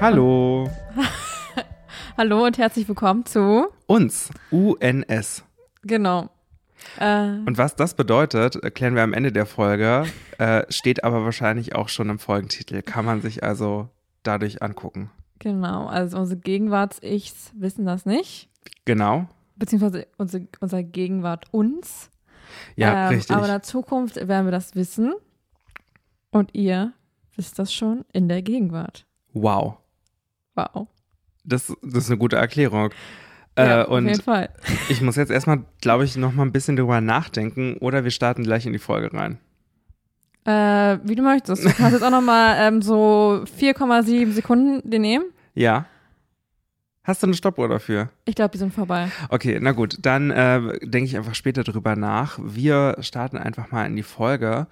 Hallo. Hallo und herzlich willkommen zu. Uns. UNS. Genau. Äh, Und was das bedeutet, erklären wir am Ende der Folge, äh, steht aber wahrscheinlich auch schon im Folgentitel. Kann man sich also dadurch angucken. genau. Also unsere Gegenwarts-Ichs wissen das nicht. Genau. Beziehungsweise unsere, unser Gegenwart uns. Ja, Ähm, richtig. Aber in der Zukunft werden wir das wissen. Und ihr wisst das schon in der Gegenwart. Wow. Wow. Das, das ist eine gute Erklärung. ja, äh, auf jeden und Fall. ich muss jetzt erstmal, glaube ich, noch mal ein bisschen drüber nachdenken oder wir starten gleich in die Folge rein. Äh, wie du möchtest. Du kannst jetzt auch nochmal ähm, so 4,7 Sekunden dir nehmen. Ja. Hast du eine Stoppuhr dafür? Ich glaube, die sind vorbei. Okay, na gut, dann äh, denke ich einfach später drüber nach. Wir starten einfach mal in die Folge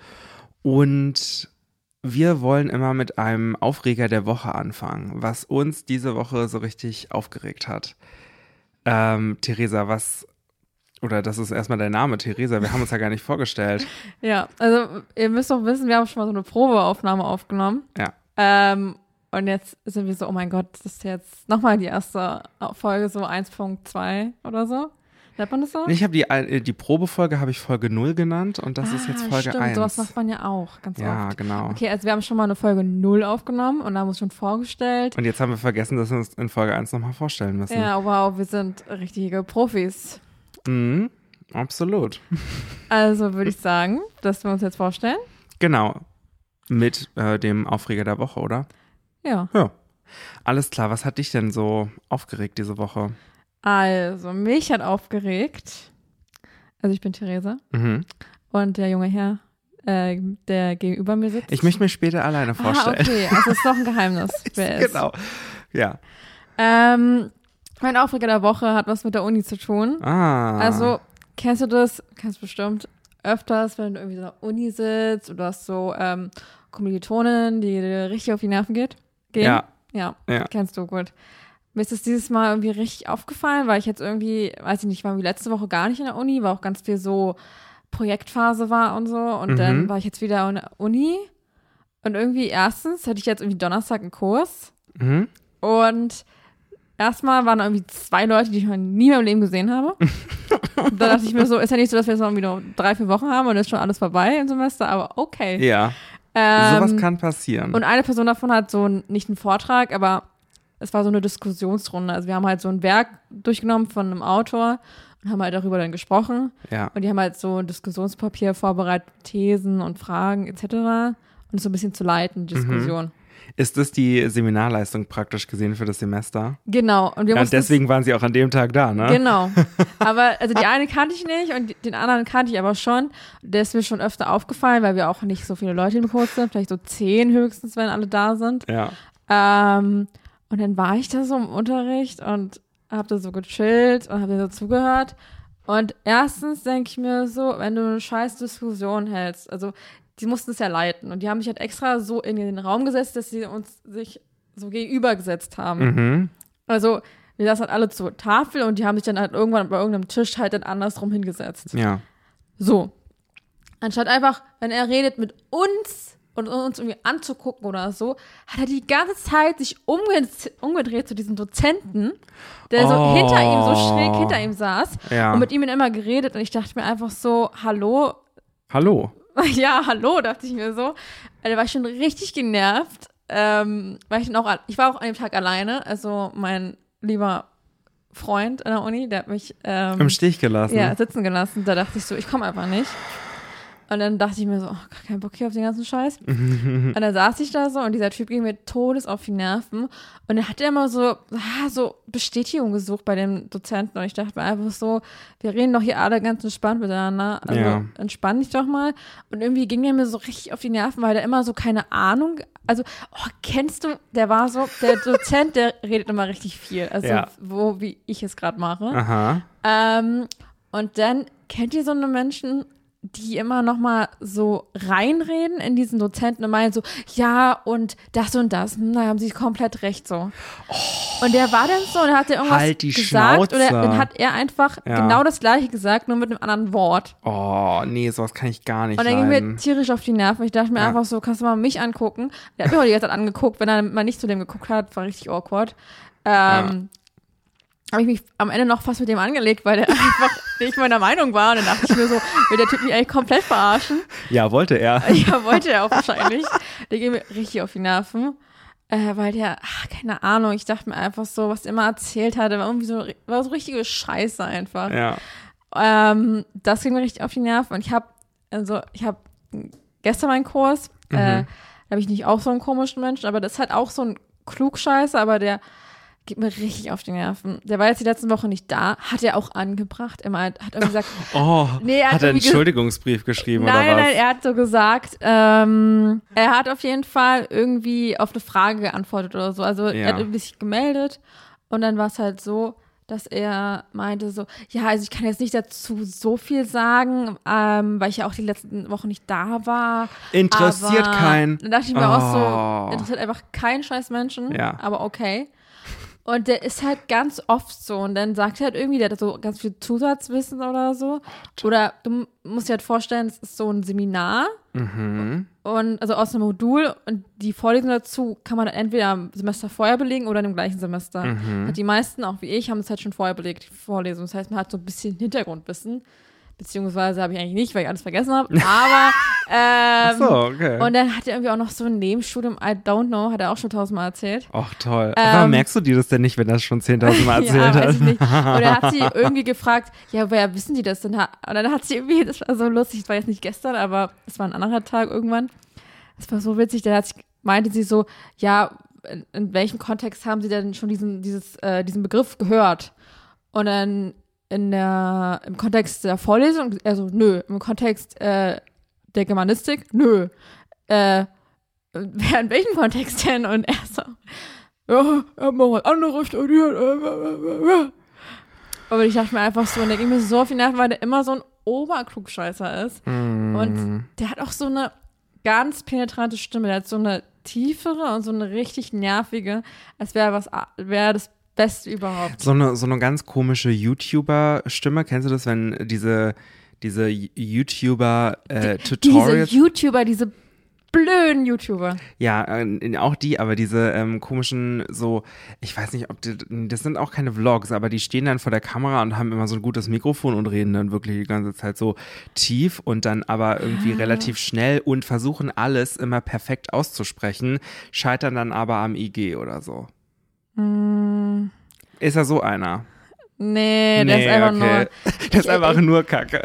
und wir wollen immer mit einem Aufreger der Woche anfangen, was uns diese Woche so richtig aufgeregt hat. Ähm, Theresa, was, oder das ist erstmal dein Name, Theresa, wir haben uns ja gar nicht vorgestellt. Ja, also ihr müsst doch wissen, wir haben schon mal so eine Probeaufnahme aufgenommen. Ja. Ähm, und jetzt sind wir so, oh mein Gott, das ist jetzt nochmal die erste Folge, so 1.2 oder so. Nennt man das so? Ich habe die, ein- äh, die Probefolge, habe ich Folge 0 genannt und das ist jetzt Folge Ah, stimmt, 1. sowas macht man ja auch ganz ja, oft. genau. Okay, also wir haben schon mal eine Folge 0 aufgenommen und da haben uns schon vorgestellt. Und jetzt haben wir vergessen, dass wir uns in Folge 1 nochmal vorstellen müssen. Ja, wow, wir sind richtige Profis. Mhm, absolut. Also würde ich sagen, dass wir uns jetzt vorstellen. Genau. Mit äh, dem Aufreger der Woche, oder? Ja. Ja. Alles klar, was hat dich denn so aufgeregt diese Woche? Also, mich hat aufgeregt. Also ich bin Therese. Mhm. Und der junge Herr, äh, der gegenüber mir sitzt. Ich möchte mich später alleine ah, vorstellen. okay. Also ist doch ein Geheimnis, wer ist. genau. Ja. Ähm, mein Aufreger der Woche hat was mit der Uni zu tun. Ah. Also, kennst du das? Kennst du bestimmt öfters, wenn du irgendwie so in der Uni sitzt oder hast so ähm, Kommilitonen, die dir richtig auf die Nerven geht, gehen. Ja. Ja, Ja. kennst du gut. Mir ist es dieses Mal irgendwie richtig aufgefallen, weil ich jetzt irgendwie, weiß ich nicht, war wie letzte Woche gar nicht in der Uni, weil auch ganz viel so Projektphase war und so. Und Mhm. dann war ich jetzt wieder in der Uni. Und irgendwie erstens hatte ich jetzt irgendwie Donnerstag einen Kurs. Mhm. Und erstmal waren da irgendwie zwei Leute, die ich noch nie in meinem Leben gesehen habe. da dachte ich mir so, ist ja nicht so, dass wir jetzt noch irgendwie noch drei, vier Wochen haben und ist schon alles vorbei im Semester, aber okay. Ja. Ähm, Sowas kann passieren. und eine Person davon hat so ein, nicht einen Vortrag, aber es war so eine Diskussionsrunde. Also wir haben halt so ein Werk durchgenommen von einem Autor und haben halt darüber dann gesprochen. ja. Und die haben halt so ein Diskussionspapier vorbereitet, Thesen und Fragen etc. Und so ein bisschen zu leiten, Mhm. die Diskussion. Ist das die Seminarleistung praktisch gesehen für das Semester? Genau. Und wir Ja, mussten deswegen waren sie auch an dem Tag da, ne? Genau. Aber also die eine kannte ich nicht und die- den anderen kannte ich aber schon. Der ist mir schon öfter aufgefallen, weil wir auch nicht so viele Leute im Kurs sind, vielleicht so zehn höchstens, wenn alle da sind. Ja. Ähm, und dann war ich da so im Unterricht und hab da so gechillt und hab da so zugehört. Und erstens denke ich mir so, wenn du eine scheiß Diskussion hältst, also die mussten es ja leiten und die haben sich halt extra so in den Raum gesetzt, dass sie uns sich so gegenübergesetzt haben. Mhm. Also wir saßen halt alle zur Tafel und die haben sich dann halt irgendwann bei irgendeinem Tisch halt dann andersrum hingesetzt. Ja. So. Anstatt einfach, wenn er redet mit uns und uns irgendwie anzugucken oder so, hat er die ganze Zeit sich umge umgedreht zu diesem Dozenten, der so Oh. hinter ihm, so schräg hinter ihm saß Ja. und mit ihm dann immer geredet und ich dachte mir einfach so, hallo, Hallo. ja, hallo, dachte ich mir so. Da war ich schon richtig genervt. Ähm, weil ich dann auch, al- ich war auch an dem Tag alleine. Also mein lieber Freund in der Uni, der hat mich ähm, Im Stich gelassen. ja, sitzen gelassen. Da dachte ich so, ich komme einfach nicht. Und dann dachte ich mir so, oh, gar keinen Bock hier auf den ganzen Scheiß. und dann saß ich da so und dieser Typ ging mir todes auf die Nerven. Und dann hat er immer so, ah, so Bestätigung gesucht bei dem Dozenten. Und ich dachte mir einfach so, wir reden doch hier alle ganz entspannt miteinander. Also Ja. entspann dich doch mal. Und irgendwie ging der mir so richtig auf die Nerven, weil der immer so keine Ahnung, also, oh, kennst du, der war so, der Dozent, der redet immer richtig viel. Also, Ja. Ah, wo, wie ich es gerade mache. Aha. Ähm, und dann kennt ihr so eine Menschen, die immer noch mal so reinreden in diesen Dozenten und meinen so, ja und das und das, hm, da haben sie komplett recht so. und der war dann so und hat er irgendwas Oh. Halt die gesagt oder Schnauze. dann hat er einfach Ja. genau das gleiche gesagt, nur mit einem anderen Wort. Oh, nee, sowas kann ich gar nicht Und dann ging mir leiden. tierisch auf die Nerven. Ich dachte mir Ja. einfach so, kannst du mal mich angucken? Der hat mir auch die ganze Zeit angeguckt, wenn er mal nicht zu dem geguckt hat, war richtig awkward. Ähm, Habe ich mich am Ende noch fast mit dem angelegt, weil der einfach nicht meiner Meinung war. Und dann dachte ich mir so, will der Typ mich eigentlich komplett verarschen? Ja, wollte er. Ja, wollte er auch wahrscheinlich. Der ging mir richtig auf die Nerven. Äh, weil der, ach, keine Ahnung, ich dachte mir einfach so, was der immer erzählt hatte, war irgendwie so, war so richtige Scheiße einfach. Ja. Ähm, das ging mir richtig auf die Nerven. Und ich habe, also ich habe gestern meinen Kurs, äh, da habe ich nicht auch so einen komischen Menschen, aber das ist halt auch so ein Klugscheißer, aber der geht mir richtig auf die Nerven. Der war jetzt die letzten Woche nicht da, hat er auch angebracht. Er meint- hat irgendwie gesagt, Oh, Nee, er hat hat er einen irgendwie ge- Entschuldigungsbrief geschrieben nein, oder was? nein, er hat so gesagt, ähm, er hat auf jeden Fall irgendwie auf eine Frage geantwortet oder so. Also Ja. er hat irgendwie sich gemeldet und dann war es halt so, dass er meinte so, ja, also ich kann jetzt nicht dazu so viel sagen, ähm, weil ich ja auch die letzten Wochen nicht da war. Interessiert aber keinen. Dann dachte ich mir auch Oh. so, interessiert einfach keinen scheiß Menschen, Ja. aber okay. Und der ist halt ganz oft so und dann sagt er halt irgendwie, der hat so ganz viel Zusatzwissen oder so. Oder du m- musst dir halt vorstellen, es ist so ein Seminar Mhm. und also aus einem Modul und die Vorlesung dazu kann man dann entweder im Semester vorher belegen oder im gleichen Semester. Mhm. Und die meisten, auch wie ich, haben es halt schon vorher belegt, die Vorlesung. Das heißt, man hat so ein bisschen Hintergrundwissen. Beziehungsweise habe ich eigentlich nicht, weil ich alles vergessen habe. Aber ähm, Ach so, okay. und dann hat er irgendwie auch noch so ein Nebenstudium, I don't know, hat er auch schon tausendmal erzählt. Ach toll. Aber Ähm, merkst du dir das denn nicht, wenn das schon 10.000 Mal erzählt ja, hat? weiß ich nicht. Und dann hat sie irgendwie gefragt, ja, woher wissen die das denn? Ha- Und dann hat sie irgendwie, das war so lustig, das war jetzt nicht gestern, aber es war ein anderer Tag irgendwann. Das war so witzig, dann hat sie, meinte sie so, ja, in, in welchem Kontext haben sie denn schon diesen, dieses, äh, diesen Begriff gehört? Und dann in der, im Kontext der Vorlesung, also nö, im Kontext äh, der Germanistik, nö. Äh, wer in welchem Kontext denn? Und er so, ja, er hat mal was anderes studiert. äh, äh, äh, äh. Aber ich dachte mir einfach so, und der ging mir so auf die Nerven, weil der immer so ein Oberklugscheißer ist. Und der hat auch so eine ganz penetrante Stimme. Der hat so eine tiefere und so eine richtig nervige, als wäre was, wäre das Beste überhaupt. So eine, so eine ganz komische YouTuber-Stimme. Kennst du das, wenn diese, diese äh, Diese YouTuber-Tutorials? YouTuber, diese blöden YouTuber. ja, äh, auch die, aber diese ähm, komischen, so, ich weiß nicht, ob die, das sind auch keine Vlogs, aber die stehen dann vor der Kamera und haben immer so ein gutes Mikrofon und reden dann wirklich die ganze Zeit so tief und dann aber Ah. irgendwie relativ schnell und versuchen alles immer perfekt auszusprechen, scheitern dann aber am IG oder so. Ist ja so einer. Hm, Nee, der ist einfach nur Das ist einfach nur Kacke.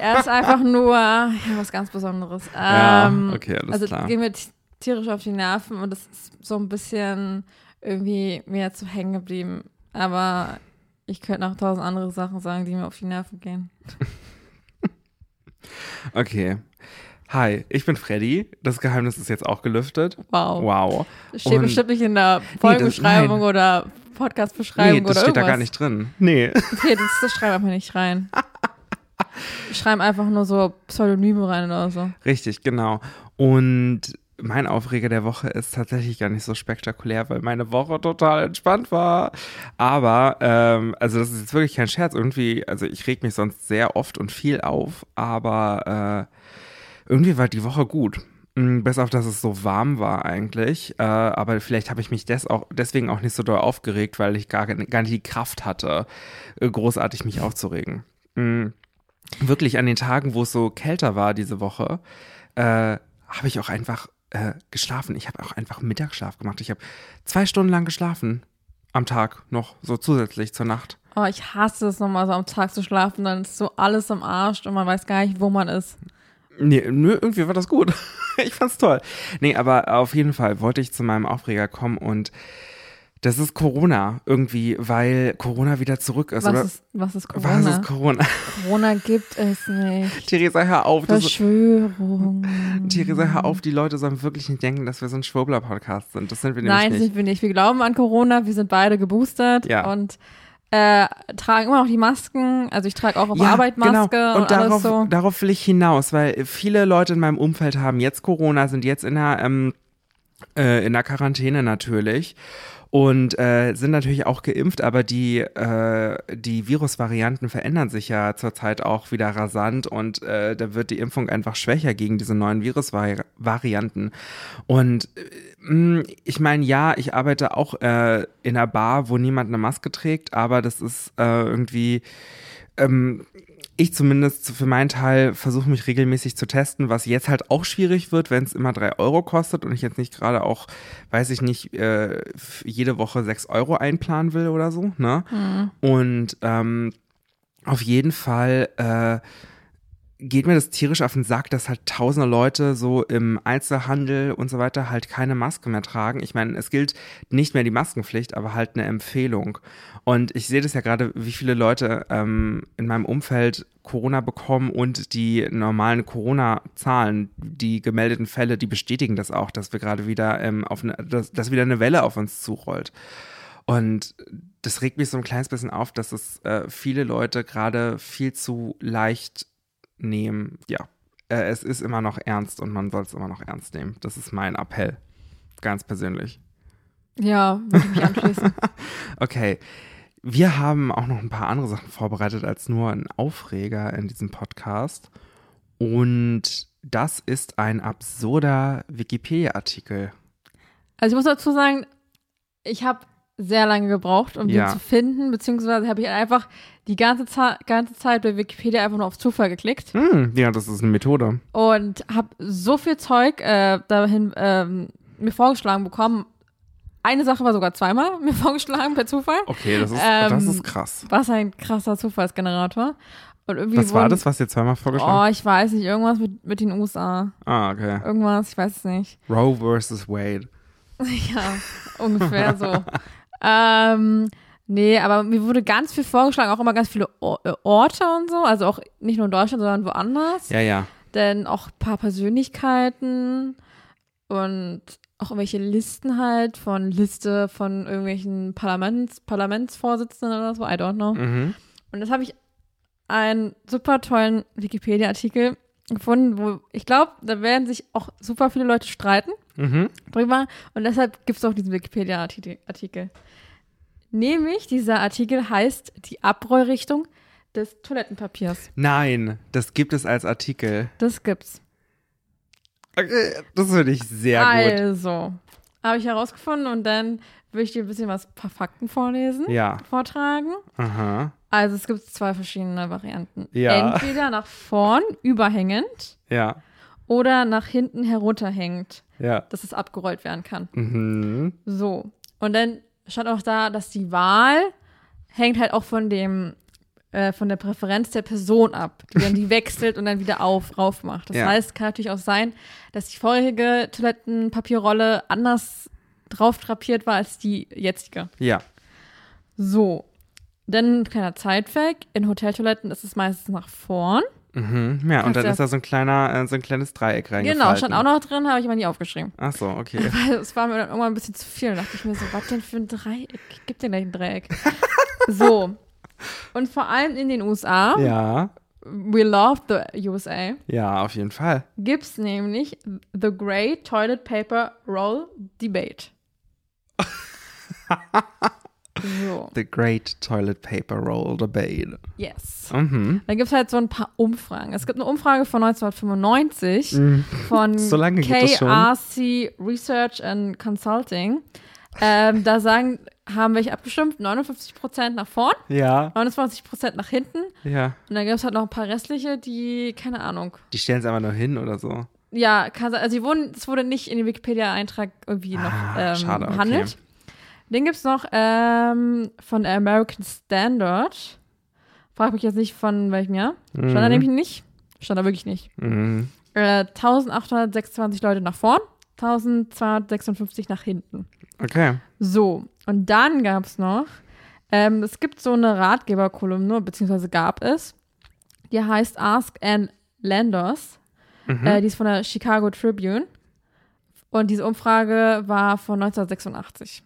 Er ist einfach nur ja, was ganz Besonderes. Ja, Ähm, okay, alles also klar. gehen wir t- tierisch auf die Nerven und das ist so ein bisschen irgendwie mir jetzt so hängen geblieben. Aber ich könnte noch tausend andere Sachen sagen, die mir auf die Nerven gehen. Okay. Hi, ich bin Freddy. Das Geheimnis ist jetzt auch gelüftet. Wow. Wow. Oh. Steht Und- bestimmt nicht in der Folgenbeschreibung oder Podcast-Beschreibung Nee, das oder steht da irgendwas. gar nicht drin. Nee. Okay, das, das schreiben wir einfach nicht rein. Wir schreiben einfach nur so Pseudonyme rein oder so. Richtig, genau. Und mein Aufreger der Woche ist tatsächlich gar nicht so spektakulär, weil meine Woche total entspannt war. Aber, ähm, also das ist jetzt wirklich kein Scherz. Irgendwie, also ich reg mich sonst sehr oft und viel auf, aber äh, irgendwie war die Woche gut. Mm, Bis auf, dass es so warm war eigentlich. Äh, aber vielleicht habe ich mich des auch, deswegen auch nicht so doll aufgeregt, weil ich gar, gar nicht die Kraft hatte, äh, großartig mich aufzuregen. Mm wirklich an den Tagen, wo es so kälter war diese Woche, äh, habe ich auch einfach äh, geschlafen. Ich habe auch einfach Mittagsschlaf gemacht. Ich habe zwei Stunden lang geschlafen am Tag noch, so zusätzlich zur Nacht. Oh, ich hasse es nochmal so am Tag zu schlafen, dann ist so alles am Arsch und man weiß gar nicht, wo man ist. Nee, nö, irgendwie war das gut. Ich fand's toll. Nee, aber auf jeden Fall wollte ich zu meinem Aufreger kommen und das ist Corona irgendwie, weil Corona wieder zurück ist. oder? Was ist, was ist Corona? Was ist Corona? Corona gibt es nicht. Theresa, hör auf. Das ist, Verschwörung. Theresa, hör auf. Die Leute sollen wirklich nicht denken, dass wir so ein Schwurbler-Podcast sind. Das sind wir nämlich Nein, nicht. sind wir nicht. Wir glauben an Corona, wir sind beide geboostert Ja. und äh, tragen immer noch die Masken. Also ich trage auch auf Arbeit Maske genau. und, und, darauf, alles so. darauf will ich hinaus, weil viele Leute in meinem Umfeld haben jetzt Corona, sind jetzt in der, ähm, äh, in der Quarantäne natürlich und äh, sind natürlich auch geimpft, aber die, äh, die Virusvarianten verändern sich ja zurzeit auch wieder rasant und äh, da wird die Impfung einfach schwächer gegen diese neuen Virusvarianten. Und äh, mh, ich meine, ja, ich arbeite auch äh, in einer Bar, wo niemand eine Maske trägt, aber das ist äh, irgendwie ähm, ich zumindest für meinen Teil versuche mich regelmäßig zu testen, was jetzt halt auch schwierig wird, wenn es immer drei Euro kostet und ich jetzt nicht gerade auch, weiß ich nicht, äh, f- jede Woche sechs Euro einplanen will oder so. Ne? Hm. Und ähm, auf jeden Fall äh, geht mir das tierisch auf den Sack, dass halt tausende Leute so im Einzelhandel und so weiter halt keine Maske mehr tragen. Ich meine, es gilt nicht mehr die Maskenpflicht, aber halt eine Empfehlung. Und ich sehe das ja gerade, wie viele Leute ähm, in meinem Umfeld Corona bekommen und die normalen Corona-Zahlen, die gemeldeten Fälle, die bestätigen das auch, dass wir gerade wieder ähm, auf eine, dass, dass wieder eine Welle auf uns zurollt. Und das regt mich so ein kleines bisschen auf, dass es äh, viele Leute gerade viel zu leicht nehmen. Ja, äh, es ist immer noch ernst und man soll es immer noch ernst nehmen. Das ist mein Appell, ganz persönlich. Ja, würde ich mich anschließen. Okay, wir haben auch noch ein paar andere Sachen vorbereitet als nur ein Aufreger in diesem Podcast. Und das ist ein absurder Wikipedia-Artikel. Also ich muss dazu sagen, ich habe sehr lange gebraucht, um Ja. den zu finden, beziehungsweise habe ich einfach die ganze, Za ganze Zeit bei Wikipedia einfach nur auf Zufall geklickt Hm, ja, das ist eine Methode. und habe so viel Zeug äh, dahin ähm, mir vorgeschlagen bekommen. Eine Sache war sogar zweimal mir vorgeschlagen per Zufall. Okay, das ist, Ähm, das ist krass. Was ein krasser Zufallsgenerator. Und irgendwie Was war wurden- das, was dir zweimal vorgeschlagen Oh, ich weiß nicht, irgendwas mit, mit den USA. Ah, okay. Irgendwas, ich weiß es nicht. Roe versus Wade. Ja, ungefähr so. ähm, nee, aber mir wurde ganz viel vorgeschlagen, auch immer ganz viele O- äh, Orte und so. Also auch nicht nur in Deutschland, sondern woanders. Ja, ja. Denn auch ein paar Persönlichkeiten und auch irgendwelche Listen halt von Liste von irgendwelchen Parlaments, Parlamentsvorsitzenden oder so, I don't know. Mhm. Und das habe ich einen super tollen Wikipedia-Artikel gefunden, wo ich glaube, da werden sich auch super viele Leute streiten Mhm. drüber. Und deshalb gibt es auch diesen Wikipedia-Artikel. Nämlich, dieser Artikel heißt die Abrollrichtung des Toilettenpapiers. Nein, das gibt es als Artikel. Das gibt's. Okay, das finde ich sehr gut. also, habe ich herausgefunden und dann will ich dir ein bisschen was paar Fakten vorlesen, Ja. vortragen. Aha. Also es gibt zwei verschiedene Varianten. Ja. Entweder nach vorn überhängend Ja. oder nach hinten herunterhängend, Ja. dass es abgerollt werden kann. Mhm. So. Und dann stand auch da, dass die Wahl hängt halt auch von dem, äh, von der Präferenz der Person ab, die dann die wechselt und dann wieder auf, rauf macht. Das Ja. heißt, kann natürlich auch sein, dass die vorherige Toilettenpapierrolle anders drauf drapiert war als die jetzige. Ja. So. Dann kleiner Zeitfact. In Hoteltoiletten ist es meistens nach vorn. Mhm. Ja, und Kannst dann ja- ist da so ein kleiner, äh, so ein kleines Dreieck reingefallen. Genau, stand auch noch drin, habe ich aber nie aufgeschrieben. Ach so, okay. Weil es war mir dann irgendwann ein bisschen zu viel. Dann dachte ich mir so, was denn für ein Dreieck? Gib dir gleich ein Dreieck. so. Und vor allem in den USA, ja. we love the USA, Ja, auf jeden Fall. gibt's nämlich the Great Toilet Paper Roll Debate. so, The Great Toilet Paper Roll Debate. yes. Mhm. Dann gibt's halt so ein paar Umfragen. Es gibt eine Umfrage von 1995 von Mhm. So lange gibt es schon. KRC Research and Consulting. Ähm, da sagen, haben welche abgestimmt, 59% nach vorn, Ja. 29% nach hinten. Ja. Und dann gibt es halt noch ein paar restliche, die, keine Ahnung. Die stellen es einfach nur hin oder so. Ja, kann sein, also sie wurden, es wurde nicht in den Wikipedia-Eintrag irgendwie noch Ah, ähm, schade, okay. behandelt. Den gibt es noch ähm, von der American Standard. Frag mich jetzt nicht von welchem Jahr. Stand da Mhm. nämlich nicht. Stand da wirklich nicht. Mhm. Äh, 1826 Leute nach vorn, 1256 nach hinten. Okay. So, und dann gab es noch, ähm, es gibt so eine Ratgeberkolumne, beziehungsweise gab es, die heißt Ask Ann Landers, Mhm. äh, die ist von der Chicago Tribune. Und diese Umfrage war von 1986.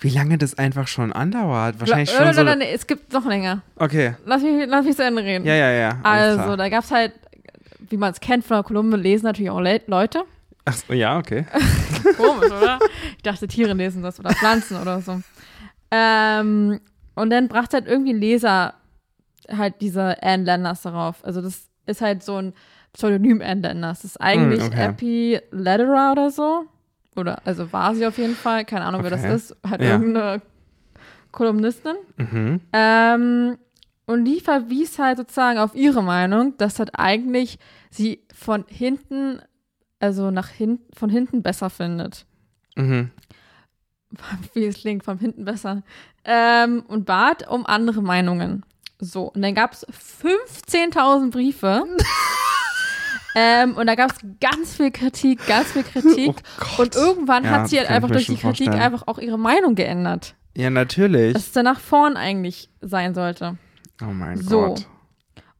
Wie lange das einfach schon andauert? Wahrscheinlich Oder- schon so. oder- nee, es gibt noch länger. Okay. Lass mich, lass mich zu Ende reden. Ja, ja, ja. alles also, klar. da gab es halt, wie man es kennt von der Kolumne, lesen natürlich auch Le Leute. Ach, so, ja, okay. Komisch, oder? Ich dachte, Tiere lesen das oder Pflanzen oder so. Ähm, und dann brachte halt irgendwie ein Leser halt diese Anne Landers darauf. Also das ist halt so ein Pseudonym Anne Landers. Das ist eigentlich Mm, okay. Epi Lederer oder so. Oder, also war sie auf jeden Fall. Keine Ahnung, wer Okay. das ist. Hat Ja. irgendeine Kolumnistin. Mhm. Ähm, und die verwies halt sozusagen auf ihre Meinung, dass halt eigentlich sie von hinten, also nach hinten, von hinten besser findet. Mhm. Wie es klingt, von hinten besser. Ähm, und bat um andere Meinungen. So, und dann gab es 15.000 Briefe. ähm, und da gab es ganz viel Kritik, ganz viel Kritik. Oh, Gott. und irgendwann Ja, hat sie halt das kann ich einfach mir durch schon die Kritik vorstellen. einfach auch ihre Meinung geändert. ja, natürlich. Dass es dann nach vorn eigentlich sein sollte. oh mein So. Gott.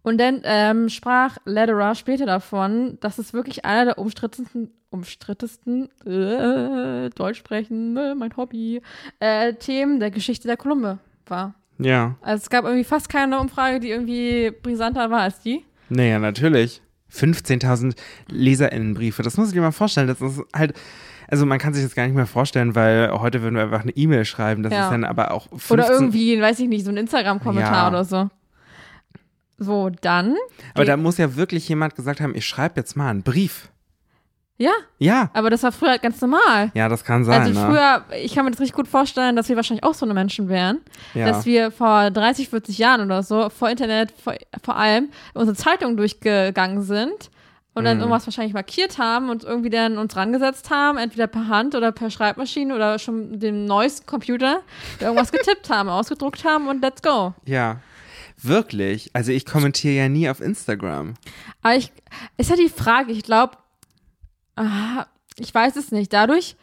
Und dann ähm, sprach Lederer später davon, dass es wirklich einer der umstrittensten, umstrittensten, äh, Deutsch sprechen, äh, mein Hobby, äh, Themen der Geschichte der Kolumne war. Ja. Also es gab irgendwie fast keine Umfrage, die irgendwie brisanter war als die. Naja, natürlich. 15.000 LeserInnenbriefe. Das muss ich dir mal vorstellen. Das ist halt. Also, man kann sich das gar nicht mehr vorstellen, weil heute würden wir einfach eine E-Mail schreiben. Das Ja. ist dann aber auch 15. Oder irgendwie, weiß ich nicht, so ein Instagram-Kommentar Ja. oder so. So, dann, Aber da muss ja wirklich jemand gesagt haben: Ich schreibe jetzt mal einen Brief. ja, Ja. aber das war früher halt ganz normal. Ja, das kann sein. also ne? früher, ich kann mir das richtig gut vorstellen, dass wir wahrscheinlich auch so eine Menschen wären. ja. dass wir vor 30, 40 Jahren oder so vor Internet vor, vor allem unsere Zeitung durchgegangen sind und dann Mhm. irgendwas wahrscheinlich markiert haben und irgendwie dann uns rangesetzt haben, entweder per Hand oder per Schreibmaschine oder schon mit dem neuesten Computer, wir irgendwas getippt haben, ausgedruckt haben und let's go. ja. Wirklich. Also, ich kommentiere ja nie auf Instagram. Aber ich, ist ja die Frage, ich glaube, ich weiß es nicht, dadurch,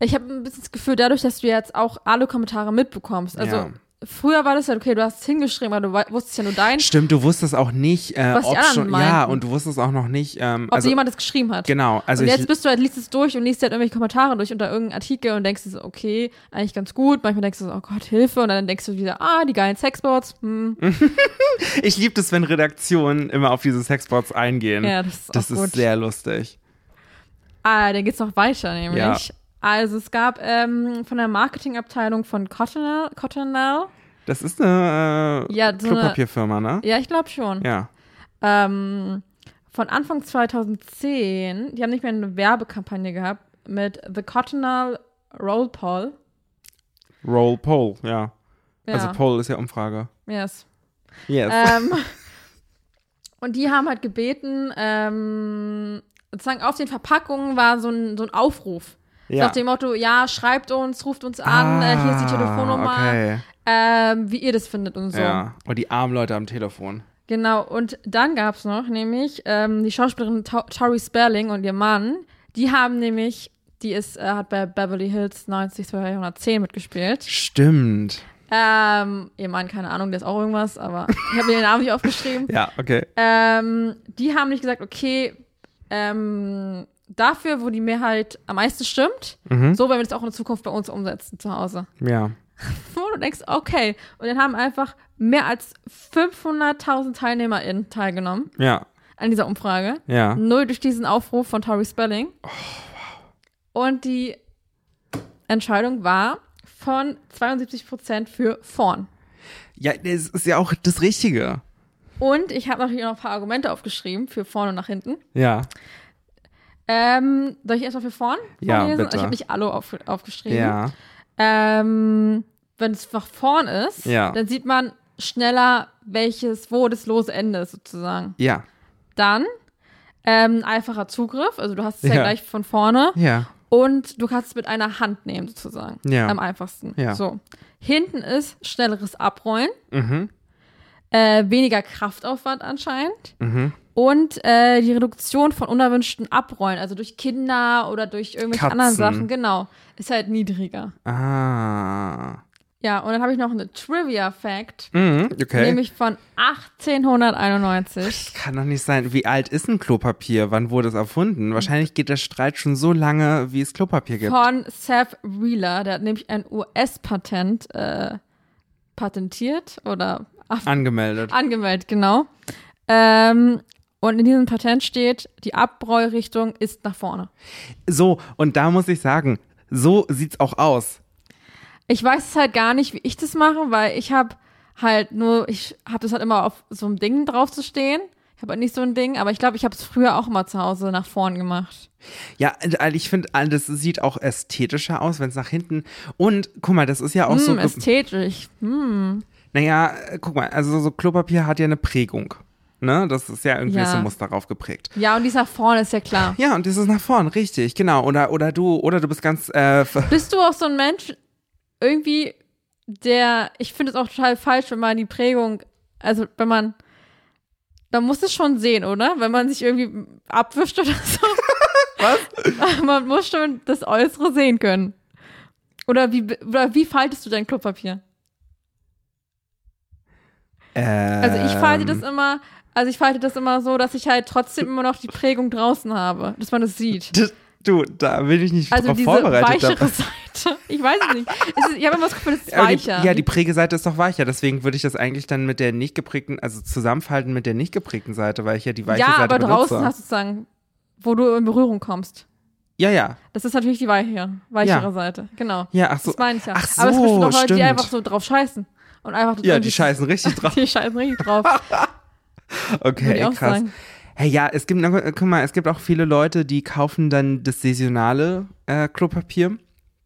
ich habe ein bisschen das Gefühl, dadurch, dass du jetzt auch alle Kommentare mitbekommst, also ja. Früher war das ja, okay, du hast es hingeschrieben, aber du wei- wusstest ja nur deinen Stimmt, du wusstest auch nicht, äh, Was die ob anderen schon. Ja, meinten. und du wusstest auch noch nicht. Ähm, ob also, jemand es geschrieben hat. genau. Also, und ich, jetzt bist du halt, liest es durch und liest halt irgendwelche Kommentare durch unter irgendeinem Artikel und denkst dir so, okay, eigentlich ganz gut. Manchmal denkst du so, oh Gott, Hilfe. Und dann denkst du wieder, ah, die geilen Sexbots. Hm. Mhm. Ich liebe das, wenn Redaktionen immer auf diese Sexbots eingehen. Ja, das ist das auch ist gut. sehr lustig. Ah, dann geht's noch weiter nämlich. Ja. Also es gab ähm, von der Marketingabteilung von Cottonelle, Cottonelle Das ist eine äh, Ja, so eine- Klopapierfirma, ne? ja, ich glaube schon, Ja. ähm, von Anfang 2010, die haben nicht mehr eine Werbekampagne gehabt, mit The Cottonelle Roll Poll. Roll Poll, ja. Ja, Also Poll ist ja Umfrage. yes. Yes. Ähm, und die haben halt gebeten, ähm, sozusagen auf den Verpackungen war so ein, so ein Aufruf. So ja. Nach dem Motto, ja, schreibt uns, ruft uns an, äh, hier ist die Ah, Telefonnummer, Okay. ähm, wie ihr das findet und so. Ja. Und die armen Leute am Telefon. Genau, und dann gab's noch nämlich ähm, die Schauspielerin Ta Tori Spelling und ihr Mann, die haben nämlich, die ist, äh, hat bei Beverly Hills 90 210 mitgespielt. Stimmt. Ähm, ihr Mann, keine Ahnung, der ist auch irgendwas, aber ich habe mir den Namen nicht aufgeschrieben. Ja, okay. Ähm, die haben nicht gesagt, okay, ähm, dafür, wo die Mehrheit am meisten stimmt, Mhm. so werden wir das auch in Zukunft bei uns umsetzen zu Hause. Ja. Wo du denkst, okay. Und dann haben einfach mehr als 500.000 TeilnehmerInnen teilgenommen Ja. an dieser Umfrage. Ja. Oh, Null durch diesen Aufruf von Tori Spelling. Und die Entscheidung war von 72% für vorn. Ja, das ist ja auch das Richtige. Und ich habe natürlich noch ein paar Argumente aufgeschrieben für vorn und nach hinten. Ja. Ähm, soll ich erstmal für vorn Ja, vorlesen? bitte. Ich habe nicht alle auf, aufgeschrieben. Ja. Ähm, wenn es nach vorn ist, Ja. dann sieht man schneller, welches, wo das lose Ende ist, sozusagen. Ja. Dann ähm, einfacher Zugriff, also du hast es ja. Ja. gleich von vorne Ja. und du kannst es mit einer Hand nehmen, sozusagen. Ja. Am einfachsten. Ja. So. Hinten ist schnelleres Abrollen, Mhm. äh, weniger Kraftaufwand anscheinend. Mhm. Und äh, die Reduktion von unerwünschten Abrollen, also durch Kinder oder durch irgendwelche anderen Katzen. Sachen, genau, ist halt niedriger. Ah. Ja, und dann habe ich noch eine Trivia-Fact, Mhm, okay. nämlich von 1891. Das kann doch nicht sein. Wie alt ist ein Klopapier? Wann wurde es erfunden? Wahrscheinlich geht der Streit schon so lange, wie es Klopapier gibt. Von Seth Wheeler, der hat nämlich ein US-Patent äh, patentiert oder af- Angemeldet. angemeldet, genau. Ähm, und in diesem Patent steht, die Abbräurichtung ist nach vorne. So, und da muss ich sagen, so sieht's auch aus. Ich weiß es halt gar nicht, wie ich das mache, weil ich habe halt nur, ich habe das halt immer auf so einem Ding drauf zu stehen. Ich habe halt nicht so ein Ding, aber ich glaube, ich habe es früher auch mal zu Hause nach vorn gemacht. Ja, also ich finde, das sieht auch ästhetischer aus, wenn es nach hinten. Und guck mal, das ist ja auch so. Hm, ge- ästhetisch. Hm. Naja, äh, guck mal, also so Klopapier hat ja eine Prägung. Ne? Das ist ja irgendwie Ja. so ein Muster drauf geprägt. Ja, und die ist nach vorne, ist ja klar. Ja, und das ist nach vorn, richtig, genau. Oder, oder du, oder du bist ganz äh, f- Bist du auch so ein Mensch, irgendwie, der, ich finde es auch total falsch, wenn man die Prägung, also wenn man, man muss es schon sehen, oder? Wenn man sich irgendwie abwischt oder so. Was? Man muss schon das Äußere sehen können. Oder wie, oder wie faltest du dein Klopapier? Also ich falte das Ähm, immer, also ich falte das immer so, dass ich halt trotzdem immer noch die Prägung draußen habe, dass man das sieht. das- Ähm, Du, da bin ich nicht Also drauf diese vorbereitet. weichere aber- Seite. Ich weiß es nicht. Es ist, ich habe immer das Gefühl, es ist Ja, aber die, weicher. ja, die Prägeseite ist doch weicher, deswegen würde ich das eigentlich dann mit der nicht geprägten, also zusammenfalten mit der nicht geprägten Seite, weil ich ja die weiche ja, Seite aber benutze. draußen hast du sozusagen, wo du in Berührung kommst. ja, ja. Das ist natürlich die weiche, weichere Ja. Seite. Genau. Ja, ach so. Das meine ich ja. Ach so, aber es gibt bestimmt auch Leute, stimmt. die einfach so drauf scheißen. Und einfach das ja, irgendwie- die scheißen richtig drauf. Die scheißen richtig drauf. Okay, Würde ich ey, auch krass. sagen. Hey, ja, es gibt, na, guck mal, es gibt auch viele Leute, die kaufen dann das saisonale äh, Klopapier.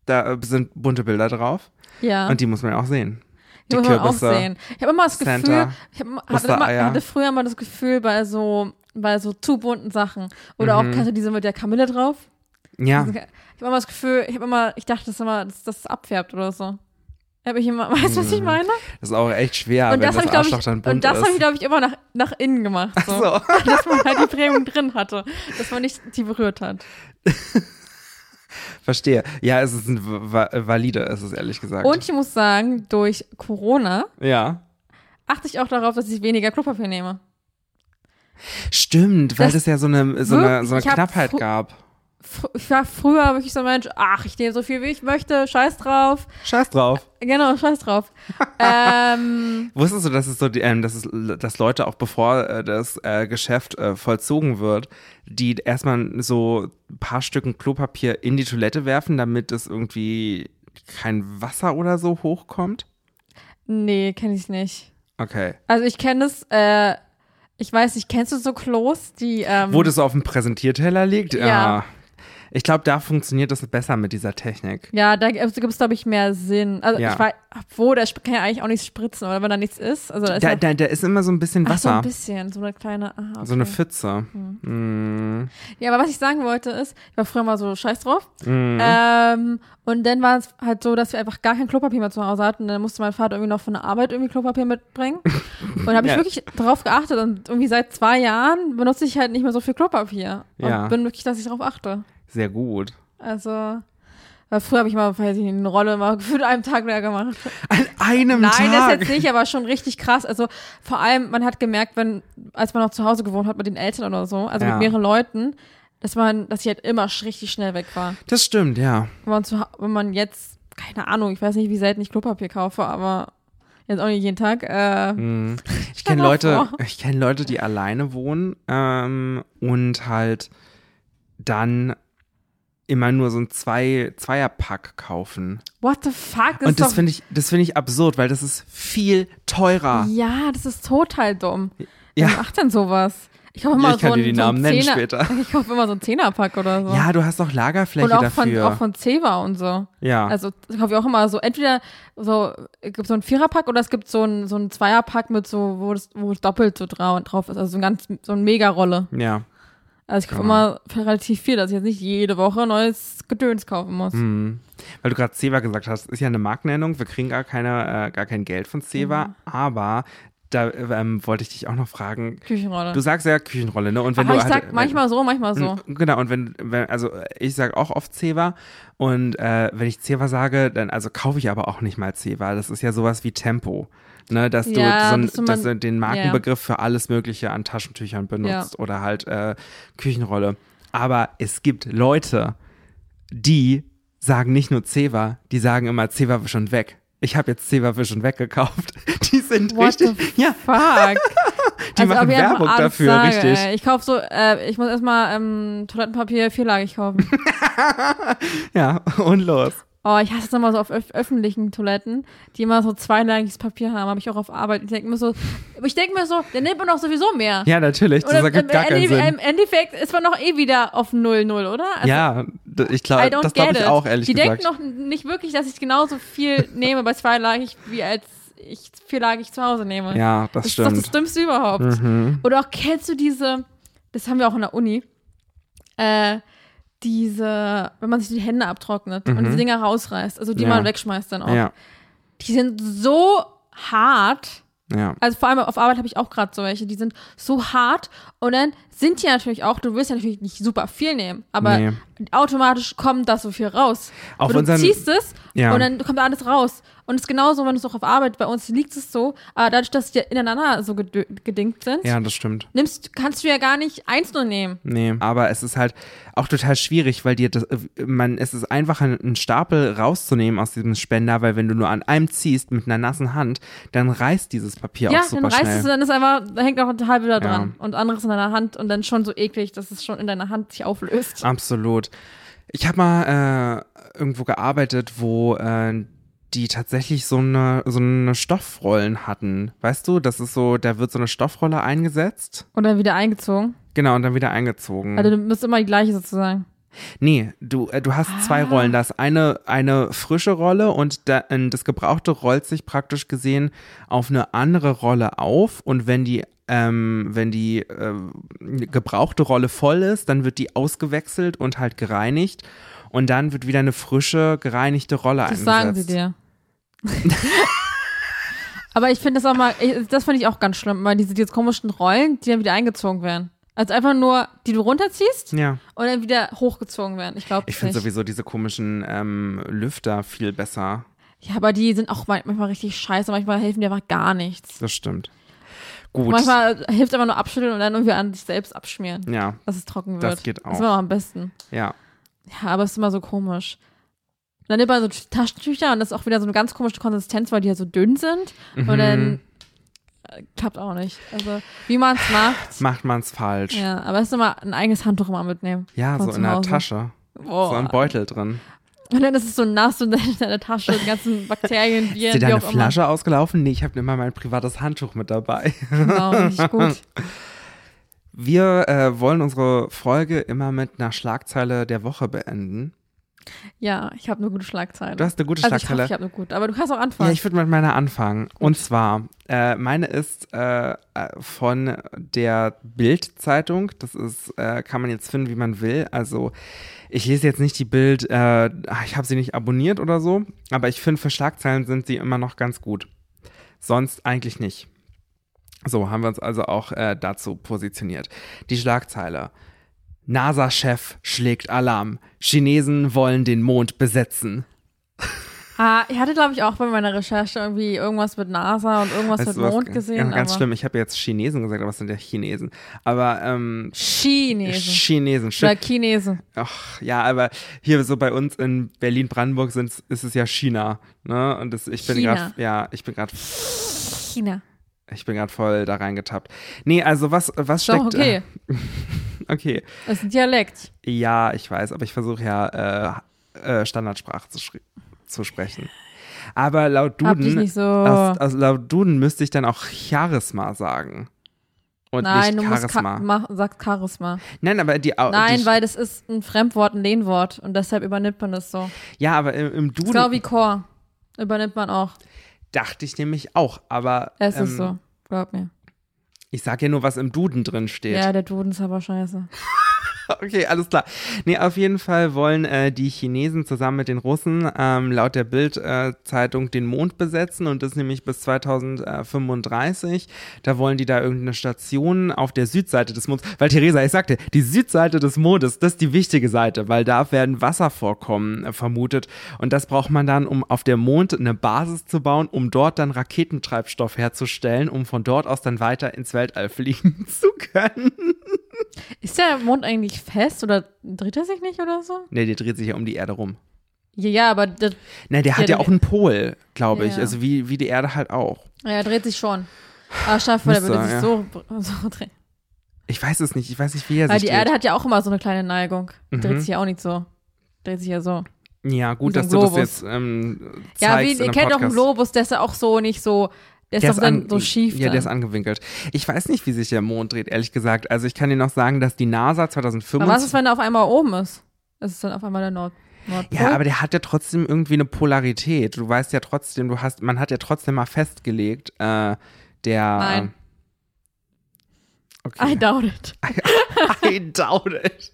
Da äh, sind bunte Bilder drauf. Ja. Und die muss man auch sehen. Ah. die muss man auch sehen. Ich habe immer das Gefühl, Santa, ich hab, immer- hatte, immer, Ostereier. hatte früher immer das Gefühl bei so, bei so zu bunten Sachen. Oder Mhm. auch, kannst du diese mit der Kamille drauf? Ja, Ich habe immer das Gefühl, ich habe immer, ich dachte, das immer, dass das abfärbt oder so. Hab ich immer, weißt du, was ich Mhm. meine? das ist auch echt schwer, wenn und das das, habe ich, glaube Arschloch ich, dann bunt und das habe ich, ist. glaube ich, immer nach, nach innen gemacht. So. so. Dass man halt die Prägung drin hatte. Dass man nicht die berührt hat. Verstehe. Ja, es ist ein va valide, ist es ehrlich gesagt. Und ich muss sagen, durch Corona Ja. achte ich auch darauf, dass ich weniger Klopapier nehme. Stimmt, weil Das- es ja so eine, so eine, so eine Ich hab Knappheit fr- gab. Fr ich war früher wirklich so ein Mensch, ach, ich nehme so viel, wie ich möchte, scheiß drauf. Scheiß drauf. Genau, scheiß drauf. ähm, Wusstest du, dass es so, die- ähm, dass, es, dass Leute auch bevor äh, das äh, Geschäft äh, vollzogen wird, die erstmal so ein paar Stücken Klopapier in die Toilette werfen, damit es irgendwie kein Wasser oder so hochkommt? nee, kenne ich nicht. Okay. Also ich kenne es, äh, ich weiß nicht, kennst du so Klos, die, ähm, Wo das so auf dem Präsentierteller liegt? Ja. Ja. Ich glaube, da funktioniert das besser mit dieser Technik. Ja, da gibt es, glaube ich, mehr Sinn. Also Ja. ich weiß, obwohl, da kann ja eigentlich auch nichts spritzen, oder wenn da nichts ist. Also da ist Da, ja, da, da ist immer so ein bisschen ach, so Wasser. ein bisschen, so eine kleine, aha, okay. So eine Pfütze. Mhm. Ja, aber was ich sagen wollte ist, ich war früher mal so scheiß drauf. Mhm. Ähm, und dann war es halt so, dass wir einfach gar kein Klopapier mehr zu Hause hatten. Dann musste mein Vater irgendwie noch von der Arbeit irgendwie Klopapier mitbringen. Und da habe ich Ja. wirklich darauf geachtet. Und irgendwie seit zwei Jahren benutze ich halt nicht mehr so viel Klopapier. Und Ja. bin wirklich, dass ich darauf achte. Sehr gut. Also, weil früher habe ich mal, weiß ich nicht, eine Rolle mal gefühlt einen Tag mehr gemacht. An einem Nein, das Tag. jetzt nicht, aber schon richtig krass. Also vor allem, man hat gemerkt, wenn, als man noch zu Hause gewohnt hat mit den Eltern oder so, also Ja. mit mehreren Leuten, dass man, dass ich halt immer sch- richtig schnell weg war. das stimmt, ja. Wenn man, zu, Hau- wenn man jetzt, keine Ahnung, ich weiß nicht, wie selten ich Klopapier kaufe, aber jetzt auch nicht jeden Tag. Äh, Mhm. Ich Stell kenne mal Leute, vor. ich kenne Leute, die alleine wohnen ähm, und halt dann immer nur so ein zwei Zweierpack kaufen. What the fuck? und das ist doch, finde ich, das finde ich absurd, weil das ist viel teurer. ja, das ist total dumm. Ja. Wer macht denn sowas? Ich kaufe Ja, immer ich kann so dir ein- die so ein Namen nennen Zehner, später. Ich kaufe immer so ein Zehnerpack oder so. Ja, du hast auch Lagerfläche und auch von, dafür. auch von Ceva und so. ja. Also das kaufe ich auch immer so, entweder so, es gibt so ein Viererpack oder es gibt so ein, so ein Zweierpack mit so, wo das, wo es doppelt so drau- drauf ist. Also so ein ganz, so ein Mega-Rolle. ja. Also ich kaufe Genau. immer relativ viel, dass ich jetzt nicht jede Woche neues Gedöns kaufen muss. Mhm. Weil du Mhm. gerade Seva gesagt hast, ist ja eine Markennennung. Wir kriegen gar, keine, äh, gar kein Geld von Seva, aber da ähm, wollte ich dich auch noch fragen. Küchenrolle. Du sagst ja Küchenrolle, ne? Und wenn Aber du ich sag halt, manchmal so, manchmal so. N- Genau, und wenn, wenn also ich sage auch oft Zewa und äh, wenn ich Zewa sage, dann also kaufe ich aber auch nicht mal Zewa. Das ist ja sowas wie Tempo. Ne, dass, Ja, du dass du so mal- ein, dass du den Markenbegriff für alles Mögliche an Taschentüchern benutzt oder halt äh, Küchenrolle. Aber es gibt Leute, die sagen nicht nur Zewa, die sagen immer Zewa wisch und weg. Ich habe jetzt Zewa wisch und weg gekauft. Die sind What the richtig, ja, Fuck. Also, die machen ob ich einfach Werbung alles dafür, sage, richtig. Ey. Ich kaufe so, äh, ich muss erstmal ähm, Toilettenpapier vierlagig kaufen. ja, und los. Oh, ich hasse es immer so auf öf öffentlichen Toiletten, die immer so zweilagiges Papier haben, habe ich auch auf Arbeit. Ich denke mir so, aber ich denke mir so, dann nimmt man doch sowieso mehr. Ja, natürlich, das Oder ergibt gar im, keinen Ende- Sinn. im Endeffekt ist man noch eh wieder auf null null, oder? Also, ja, d- ich I glaube, don't das get glaube ich it. auch, ehrlich die gesagt. denken noch nicht wirklich, dass ich genauso viel nehme bei zweilagig, wie als ich vierlagig zu Hause nehme. ja, das, das ist doch stimmt. das Dümmste überhaupt. mhm. Oder auch kennst du diese, das haben wir auch in der Uni, äh, diese, wenn man sich die Hände abtrocknet und Mhm. diese Dinger rausreißt, also die Ja. man wegschmeißt dann auch. Ja, Die sind so hart. ja. Also vor allem auf Arbeit habe ich auch gerade so welche, die sind so hart und dann sind die natürlich auch, du willst ja natürlich nicht super viel nehmen, aber Nee. automatisch kommt da so viel raus. Auf Aber du unseren- ziehst es Ja. und dann kommt alles raus. Und es ist genauso, wenn du es auch auf Arbeit, bei uns liegt es so, aber dadurch, dass die ineinander so gedö- gedingt sind, ja, das stimmt. nimmst, kannst du ja gar nicht eins nur nehmen. Nee, aber es ist halt auch total schwierig, weil dir das, äh, man, es ist einfacher, einen Stapel rauszunehmen aus diesem Spender, weil wenn du nur an einem ziehst mit einer nassen Hand, dann reißt dieses Papier ja, auch super dann reißt schnell. es, dann ist einfach, da hängt auch ein halb wieder Ja. dran und anderes in deiner Hand und dann schon so eklig, dass es schon in deiner Hand sich auflöst. Absolut. Ich habe mal äh, irgendwo gearbeitet, wo äh, die tatsächlich so eine, so eine Stoffrollen hatten. Weißt du, das ist so, da wird so eine Stoffrolle eingesetzt. Und dann wieder eingezogen. Genau, und dann wieder eingezogen. Also du bist immer die gleiche sozusagen. nee, du, äh, du hast Ah. zwei Rollen. Da ist eine, eine frische Rolle und da, äh, das Gebrauchte rollt sich praktisch gesehen auf eine andere Rolle auf. Und wenn die, ähm, wenn die äh, gebrauchte Rolle voll ist, dann wird die ausgewechselt und halt gereinigt. Und dann wird wieder eine frische, gereinigte Rolle Das eingesetzt. sagen sie dir. Aber ich finde das auch mal, ich, das fand ich auch ganz schlimm, weil diese, diese komischen Rollen, die dann wieder eingezogen werden. Also einfach nur, die du runterziehst Ja, und dann wieder hochgezogen werden. Ich glaube Hm. ich nicht. finde sowieso diese komischen ähm, Lüfter viel besser. ja, aber die sind auch man- manchmal richtig scheiße, manchmal helfen die einfach gar nichts. Das stimmt. Gut. Manchmal hilft einfach nur abschütteln und dann irgendwie an sich selbst abschmieren, ja, dass es trocken wird. Das geht auch. Das war auch am besten. ja. Ja, aber es ist immer so komisch. Und dann nimmt man so Taschentücher und das ist auch wieder so eine ganz komische Konsistenz, weil die ja so dünn sind. Mhm. Und dann äh, klappt auch nicht. Also, wie man es macht. Macht man es falsch. Ja, Ja, aber es ist immer ein eigenes Handtuch immer mitnehmen. von so zu in der Hause. Tasche. So Boah. ein Beutel drin. Und dann ist es so nass und dann in deiner Tasche die ganzen Bakterien, Ist dir Viren, wie deine auch Flasche ausgelaufen? Nee, ich habe immer mein privates Handtuch mit dabei. immer. Genau, nicht gut. Wir äh, wollen unsere Folge immer mit einer Schlagzeile der Woche beenden. Ja, ich habe eine gute Schlagzeile. Du hast eine gute also ich hoffe, Schlagzeile. ich habe eine gute. Aber du kannst auch anfangen. ja, ich würde mit meiner anfangen. Und zwar, äh, meine ist äh, äh, von der Bild-Zeitung. Das ist, äh, kann man jetzt finden, wie man will. Also ich lese jetzt nicht die Bild, äh, ich habe sie nicht abonniert oder so, aber ich finde, für Schlagzeilen sind sie immer noch ganz gut. Sonst eigentlich nicht. So haben wir uns also auch äh, dazu positioniert. Die Schlagzeile. NASA-Chef schlägt Alarm. Chinesen wollen den Mond besetzen. Ah, ich hatte, glaube ich, auch bei meiner Recherche irgendwie irgendwas mit NASA und irgendwas Weißt du mit was? Mond gesehen. Ja, ganz aber schlimm. Ich habe jetzt Chinesen gesagt, aber es sind ja Chinesen. Aber ähm, Chinesen. Chinesen. Oder stimmt. Chinesen. Ach, ja, aber hier so bei uns in Berlin-Brandenburg sind's- ist es ja China. Ne? Und das, ich bin China. gerade, ja, ich bin gerade, China. ich bin gerade voll da reingetappt. Nee, also was, was Doch, steckt? okay. Äh, okay. Das ist ein Dialekt. Ja, ich weiß, aber ich versuche ja äh, äh, Standardsprache zu, schri- zu sprechen. Aber laut Hab dich Duden, nicht so- aus, aus, laut Duden müsste ich dann auch Charisma sagen. Und Nein, du nicht musst Charisma. Ka mach, sagst Charisma. Nein, aber die, Au- Nein, die weil das ist ein Fremdwort, ein Lehnwort und deshalb übernimmt man das so. ja, aber im, im Das ist genau Duden wie Chor. Übernimmt man auch. dachte ich nämlich auch, aber Es ähm, ist so. Glaub mir. ich sage ja nur, was im Duden drin steht. Ja, der Duden ist aber scheiße. Okay, alles klar. Nee, auf jeden Fall wollen äh, die Chinesen zusammen mit den Russen ähm, laut der Bild-Zeitung den Mond besetzen und das nämlich bis 2035. Da wollen die da irgendeine Station auf der Südseite des Mondes, weil Theresa, ich sagte, die Südseite des Mondes, das ist die wichtige Seite, weil da werden Wasservorkommen äh, vermutet und das braucht man dann, um auf der Mond eine Basis zu bauen, um dort dann Raketentreibstoff herzustellen, um von dort aus dann weiter ins Weltall fliegen zu können. Ist der Mond eigentlich fest oder dreht er sich nicht oder so? Nee, der dreht sich ja um die Erde rum. Ja, ja aber der, Na, Ne, der hat ja, Ja, auch einen Pol, glaube ich. Ja. Also wie, wie die Erde halt auch. ja, er dreht sich schon. Ah, Aber schafft der würde Müsste, sich ja. so, so drehen. Ich weiß es nicht. Ich weiß nicht, wie er Weil sich die dreht. Erde hat ja auch immer so eine kleine Neigung. Die Mhm. Dreht sich ja auch nicht so. Dreht sich ja so. ja, gut, wie so dass ein du das Globus. jetzt ähm, zeigst Ja, wie, in ihr einem kennt doch einen Podcast. Globus, der ist ja auch so nicht so, der ist doch dann an- so schief. Ja, der ist dann. angewinkelt. Ich weiß nicht, wie sich der Mond dreht, ehrlich gesagt. Also ich kann dir noch sagen, dass die NASA aber was ist, 2025... wenn er auf einmal oben ist? Das ist dann auf einmal der Nord Nordpol. Ja, aber der hat ja trotzdem irgendwie eine Polarität. Du weißt ja trotzdem, du hast, man hat ja trotzdem mal festgelegt, äh, der... Nein. I Okay. doubt it. I doubt it.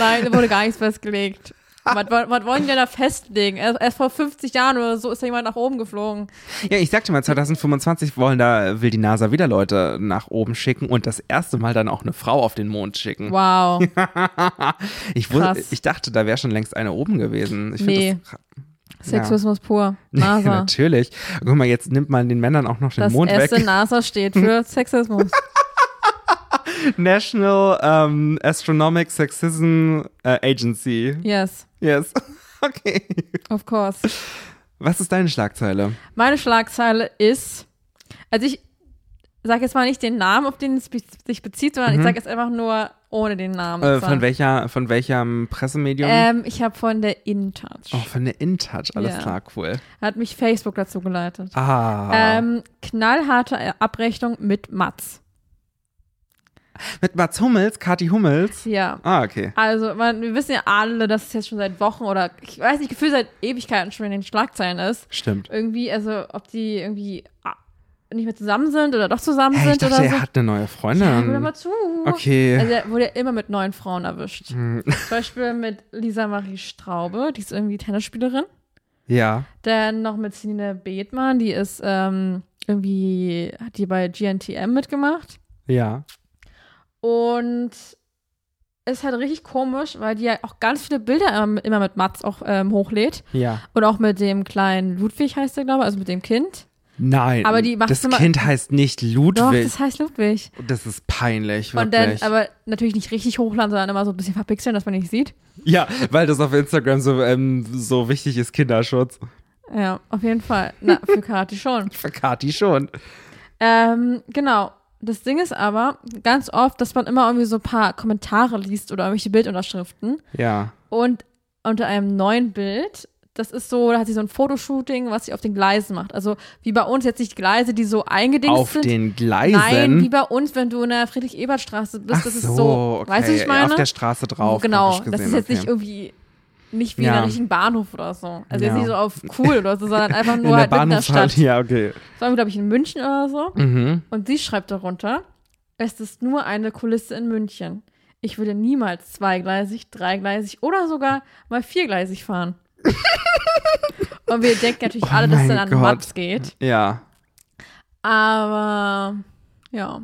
Nein, da wurde gar nichts festgelegt. was, was, was wollen die denn da festlegen? Erst, erst vor 50 Jahren oder so ist da jemand nach oben geflogen. Ja, ich sagte mal, 2025 wollen da, will die NASA wieder Leute nach oben schicken und das erste Mal dann auch eine Frau auf den Mond schicken. Wow. ich, wusste, krass. ich dachte, da wäre schon längst eine oben gewesen. Ich find Nee. das- Sexismus pur. Ja, NASA. natürlich. Guck mal, jetzt nimmt man den Männern auch noch den Das Mond weg. Hm. erste NASA steht für Sexismus. National ähm, Astronomic Sexism äh, Agency. Yes, Yes. Okay. of course. Was ist deine Schlagzeile? Meine Schlagzeile ist, also ich sage jetzt mal nicht den Namen, auf den es be- sich bezieht, sondern ich sage jetzt einfach nur ohne den Namen. Mhm. Äh, sagen. von welcher, von welchem Pressemedium? ähm, ich habe von der InTouch. oh, von der InTouch. Alles Ja. klar, cool. Hat mich Facebook dazu geleitet. Ah. Ähm, knallharte Abrechnung mit Mats. Mit Mats Hummels, Kati Hummels. Ja. Ah, okay. Also, man, wir wissen ja alle, dass es jetzt schon seit Wochen oder ich weiß nicht, gefühlt seit Ewigkeiten schon in den Schlagzeilen ist. Stimmt. Irgendwie, also, ob die irgendwie ah, nicht mehr zusammen sind oder doch zusammen Hey, ich sind dachte, oder er so. hat eine neue Ja, hör doch Freundin. mal zu. Okay. Mhm. Hm. Also er wurde ja immer mit neuen Frauen erwischt. Zum Beispiel mit Lisa Marie Straube, die ist irgendwie Tennisspielerin. ja. Dann noch mit Celine Bethmann, die ist ähm, irgendwie, hat die bei GNTM mitgemacht. Ja. Und ist halt richtig komisch, weil die ja auch ganz viele Bilder ähm, immer mit Mats auch ähm, hochlädt. Ja. Und auch mit dem kleinen Ludwig heißt der, glaube ich, also mit dem Kind. Nein. Aber die macht's das immer- Kind heißt nicht Doch, Ludwig. das heißt Ludwig. das, ist peinlich, Und dann, wirklich. aber natürlich nicht richtig hochladen, sondern immer so ein bisschen verpixeln, dass man nicht sieht. ja, weil das auf Instagram so, ähm, so wichtig ist, Kinderschutz. Ja, auf jeden Fall. Na, für Karate schon. Für Kati schon. Ähm, genau. Das Ding ist aber ganz oft, dass man immer irgendwie so ein paar Kommentare liest oder irgendwelche Bildunterschriften. Ja. Und unter einem neuen Bild, das ist so, da hat sie so ein Fotoshooting, was sie auf den Gleisen macht. Also wie bei uns jetzt nicht Gleise, die so eingedingst Auf sind. den Gleisen. Nein, wie bei uns, wenn du in der Friedrich-Ebert-Straße bist, Ach das ist so, so, okay. weißt du, was ich meine? Auf der Straße drauf. genau, hab ich das ist gesehen, jetzt okay. nicht irgendwie nicht wie in Ja. einem richtigen Bahnhof oder so. Also Ja. jetzt nicht so auf cool oder so, sondern einfach in nur der halt mitten in der Stadt. Bahnhofshalle. Ja, okay. Das war, glaube ich, in München oder so. Mhm. Und sie schreibt darunter, es ist nur eine Kulisse in München. Ich würde niemals zweigleisig, dreigleisig oder sogar mal viergleisig fahren. Und wir denken natürlich Oh alle, dass es mein dann an Gott. Mats geht. Ja. Aber ja.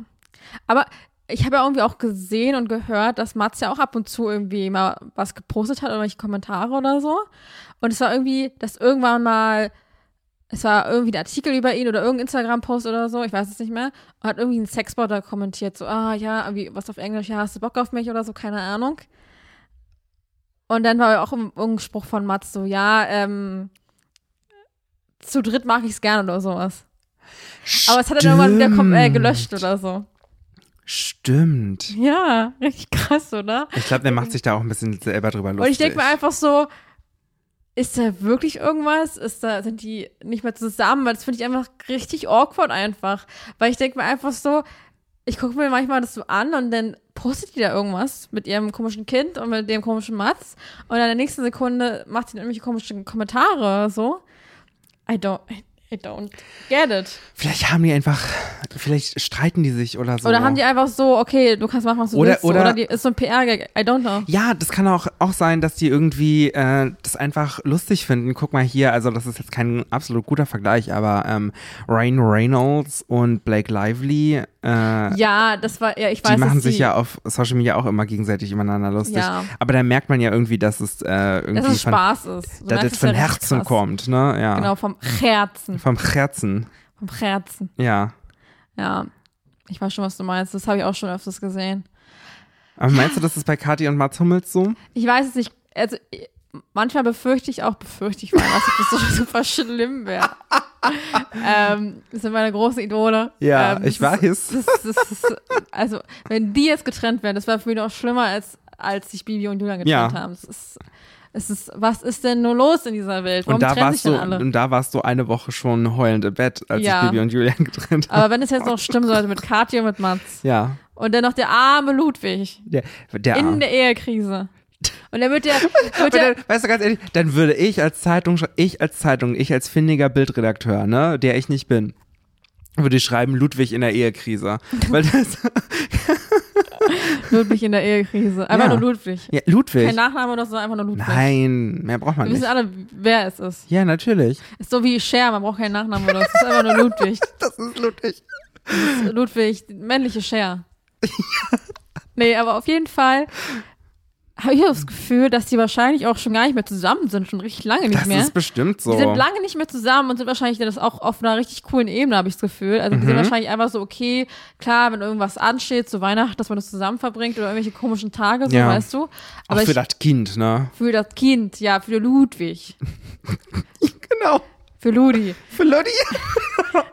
Aber ich habe ja irgendwie auch gesehen und gehört, dass Mats ja auch ab und zu irgendwie mal was gepostet hat, irgendwelche Kommentare oder so. Und es war irgendwie, dass irgendwann mal, es war irgendwie ein Artikel über ihn oder irgendein Instagram-Post oder so, ich weiß es nicht mehr, und hat irgendwie ein Sexbotter kommentiert, so, ah ja, irgendwie was auf Englisch, ja, hast du Bock auf mich oder so, keine Ahnung. Und dann war auch irgendein Spruch von Mats so, ja, ähm, zu dritt mache ich es gerne oder sowas. Aber es hat dann irgendwann wieder kom- äh, Stimmt. gelöscht oder so. Stimmt. Ja, richtig krass, oder? Ich glaube, der macht sich da auch ein bisschen selber drüber lustig. Und ich denke mir einfach so, ist da wirklich irgendwas? Ist da, sind die nicht mehr zusammen? Weil das finde ich einfach richtig awkward einfach. Weil ich denke mir einfach so, ich gucke mir manchmal das so an und dann postet die da irgendwas mit ihrem komischen Kind und mit dem komischen Mats. Und dann in der nächsten Sekunde macht sie dann irgendwelche komischen Kommentare so. I don't, I don't get it. Vielleicht haben die einfach Vielleicht streiten die sich oder so. Oder haben die einfach so, okay, du kannst machen, was du Oder- willst. so. oder- oder die, ist so ein PR-Gag. I don't know. ja, das kann auch, auch sein, dass die irgendwie äh, das einfach lustig finden. Guck mal hier, also das ist jetzt kein absolut guter Vergleich, aber ähm, Ryan Reynolds und Blake Lively, äh, Ja, das war, ja, ich weiß die machen dass sich die, ja auf Social Media auch immer gegenseitig übereinander lustig. Ja. Aber da merkt man ja irgendwie, dass es äh, irgendwie dass es von, Spaß ne? ist. Du dass merkst es es von ja richtig Herzen krass. kommt, ne? Ja. Genau, vom Herzen. Vom Herzen, Vom Herzen. ja. Ja. Ich weiß schon, was du meinst. Das habe ich auch schon öfters gesehen. Aber meinst du, das ist bei Kathi und Mats Hummels so? Ich weiß es nicht. Also, ich- manchmal befürchte ich auch, befürchte ich mal, dass ich das so super schlimm wäre. ähm, das sind meine großen Idole. Ja, ähm, das ich weiß. Ist, das, das ist, also, wenn die jetzt getrennt wären, das war für mich noch schlimmer, als, als sich Bibi und Julian getrennt Ja. haben. Es ist, es ist, was ist denn nur los in dieser Welt? Warum Und da, trennen sich warst denn du, alle? und da warst du eine Woche schon heulend im Bett, als Ja. sich Bibi und Julian getrennt haben. Aber wenn es jetzt noch stimmen sollte mit Katja und mit Mats Ja, und dann noch der arme Ludwig der, der in Arm. der Ehekrise. Und dann wird der, wird Aber der dann, weißt du, ganz ehrlich, dann würde ich als Zeitung, ich als Zeitung, ich als findiger Bildredakteur, ne, der ich nicht bin, würde ich schreiben, Ludwig in der Ehekrise. Weil das, Ludwig in der Ehekrise. Einfach Ja. nur Ludwig. ja, Ludwig. Kein Nachname oder so, einfach nur Ludwig. Nein, mehr braucht man Wir wissen nicht. alle, wer es ist. Ja, natürlich. Ist so wie Cher, man braucht keinen Nachnamen oder so. Es ist einfach nur Ludwig. Das ist Ludwig. Ludwig, die männliche Cher. Nee, aber auf jeden Fall habe ich das Gefühl, dass die wahrscheinlich auch schon gar nicht mehr zusammen sind, schon richtig lange nicht Das mehr. ist bestimmt so. Die sind lange nicht mehr zusammen und sind wahrscheinlich das auch auf einer richtig coolen Ebene, habe ich das Gefühl. Also Mhm. die sind wahrscheinlich einfach so, okay, klar, wenn irgendwas ansteht, zu Weihnachten, dass man das zusammen verbringt oder irgendwelche komischen Tage, so Ja. weißt du. Auch Aber für ich, das Kind, ne? für das Kind, ja, für Ludwig, Genau. für Ludi. Für Lodi.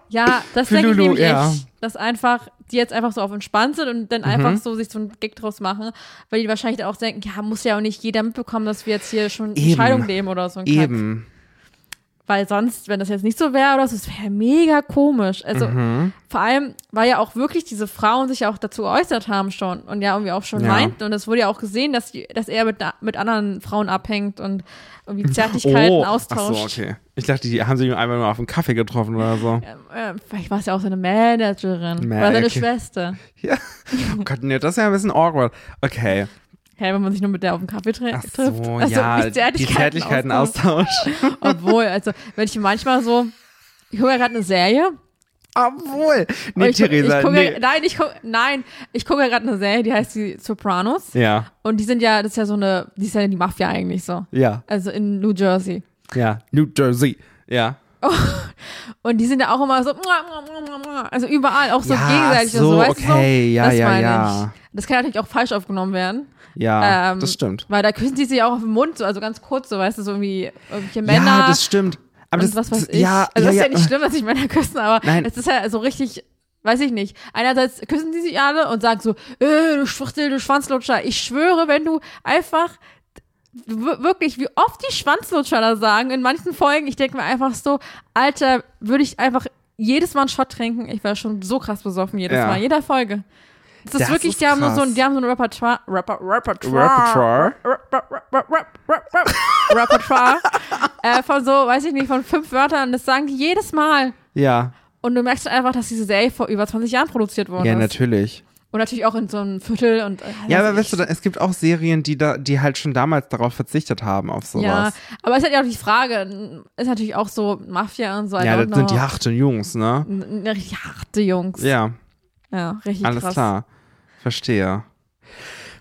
Ja, das Für denke ich Lulu, nämlich ja. Mhm. echt, dass einfach die jetzt einfach so auf entspannt sind und dann einfach so sich so einen Gag draus machen, weil die wahrscheinlich auch denken, ja, muss ja auch nicht jeder mitbekommen, dass wir jetzt hier schon Eben. eine Scheidung leben oder so ein Kack. Eben. Weil sonst, wenn das jetzt nicht so wäre oder so, es wäre mega komisch. Also Mhm. vor allem, weil ja auch wirklich diese Frauen sich ja auch dazu geäußert haben schon und ja irgendwie auch schon Ja. meinten. Und es wurde ja auch gesehen, dass, die, dass er mit, mit anderen Frauen abhängt und irgendwie Zärtlichkeiten Oh, Ach austauscht. so, okay. Ich dachte, die haben sich einfach nur auf einen Kaffee getroffen oder so. Ähm, äh, vielleicht war es ja auch seine Managerin Ma- oder seine okay. Schwester. Ja. Oh Gott, nee, das ist ja ein bisschen awkward. Okay. Hey, wenn man sich nur mit der auf den Kaffee tri- Ach trifft. so, also ja, nicht Zärtlichkeiten ne? die Zärtlichkeiten austauscht. austausch. Obwohl, also wenn ich manchmal so, ich gucke ja gerade eine Serie. Obwohl. und Nee, ich, guck- Theresa, ich gucke ja, nee. nein, ich gucke, nein, ich gucke ja gerade eine Serie, die heißt die Sopranos. Ja, Und die sind ja, das ist ja so eine, die ist ja die Mafia eigentlich so. ja, Also in New Jersey. ja. New Jersey. Ja. Und die sind ja auch immer so, mua, mua, mua, mua, mua. also überall, auch so Ja, gegenseitig so, und so, weißt du? okay, So? ja, das ja, meine ja. ich. Das kann natürlich auch falsch aufgenommen werden. Ja, Ähm, das stimmt. Weil da küssen die sich auch auf den Mund, so, also ganz kurz, so, weißt du, so irgendwie irgendwelche Männer. Ja, das stimmt. Aber das, und was weiß das- ich. Ja, also das ja, ist ja nicht schlimm, dass sich Männer küssen, aber Nein. es ist ja so richtig, weiß ich nicht. Einerseits küssen die sich alle und sagen so, äh, du Schwuchtel, du Schwanzlutscher. Ich schwöre, wenn du einfach w- wirklich, wie oft die Schwanzlutscher da sagen, in manchen Folgen, ich denke mir einfach so, Alter, würde ich einfach jedes Mal einen Shot trinken, ich wäre schon so krass besoffen jedes Ja. Mal, in jeder Folge. Das ist Das wirklich, ist die haben nur so krass. ein, die haben so ein Repertoire, Reper, Repertoire. Repertoire, Repertoire, Repertoire, Repertoire äh, von so, weiß ich nicht, von fünf Wörtern. Das sagen die jedes Mal. Ja, Und du merkst einfach, dass diese Serie vor über 20 Jahren produziert worden ja, ist. natürlich. Und natürlich auch in so einem Viertel und. äh, weiß Ja, aber ich. weißt du, da- es gibt auch Serien, die da, die halt schon damals darauf verzichtet haben, auf Ja, sowas. aber es ist halt ja auch die Frage, ist natürlich auch so Mafia und so. I Ja, don't das sind die know. harten Jungs, ne? N- n- Richtig harte Jungs. Ja, Ja, richtig alles Hm, krass. klar. Verstehe.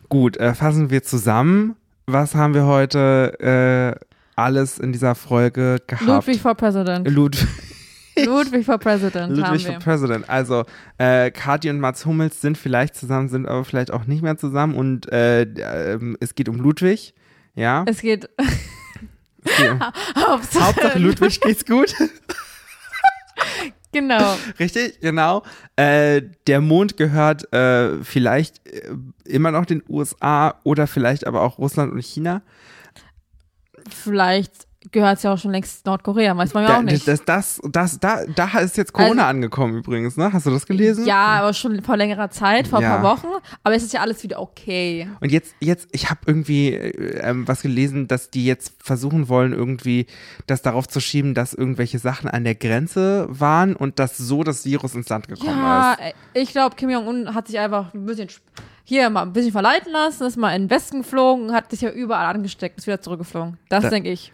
Gut, äh, fassen wir zusammen. Was haben wir heute äh, alles in dieser Folge gehabt? Ludwig for President. Ludwig, Ludwig for President Ludwig haben for wir. President. Also, äh, Kati und Mats Hummels sind vielleicht zusammen, sind aber vielleicht auch nicht mehr zusammen. Und äh, ähm, es geht um Ludwig. Ja. Es geht Okay. Hauptsache, Hauptsache Ludwig geht's gut. Genau. Richtig, genau. Äh, der Mond gehört äh, vielleicht äh, immer noch den USA oder vielleicht aber auch Russland und China. Vielleicht gehört es ja auch schon längst Nordkorea, weiß man ja Da- auch nicht. Also Das, das, das, da, da ist jetzt Corona angekommen übrigens, ne? Hast du das gelesen? ja, aber schon vor längerer Zeit, vor Ja. ein paar Wochen. Aber es ist ja alles wieder okay. Und jetzt, jetzt, ich habe irgendwie äh, ähm, was gelesen, dass die jetzt versuchen wollen, irgendwie das darauf zu schieben, dass irgendwelche Sachen an der Grenze waren und dass so das Virus ins Land gekommen Ja, ist. äh, ich glaube, Kim Jong-un hat sich einfach ein bisschen sp- hier mal ein bisschen verleiten lassen, ist mal in den Westen geflogen, hat sich ja überall angesteckt, ist wieder zurückgeflogen. Das Da- denke ich.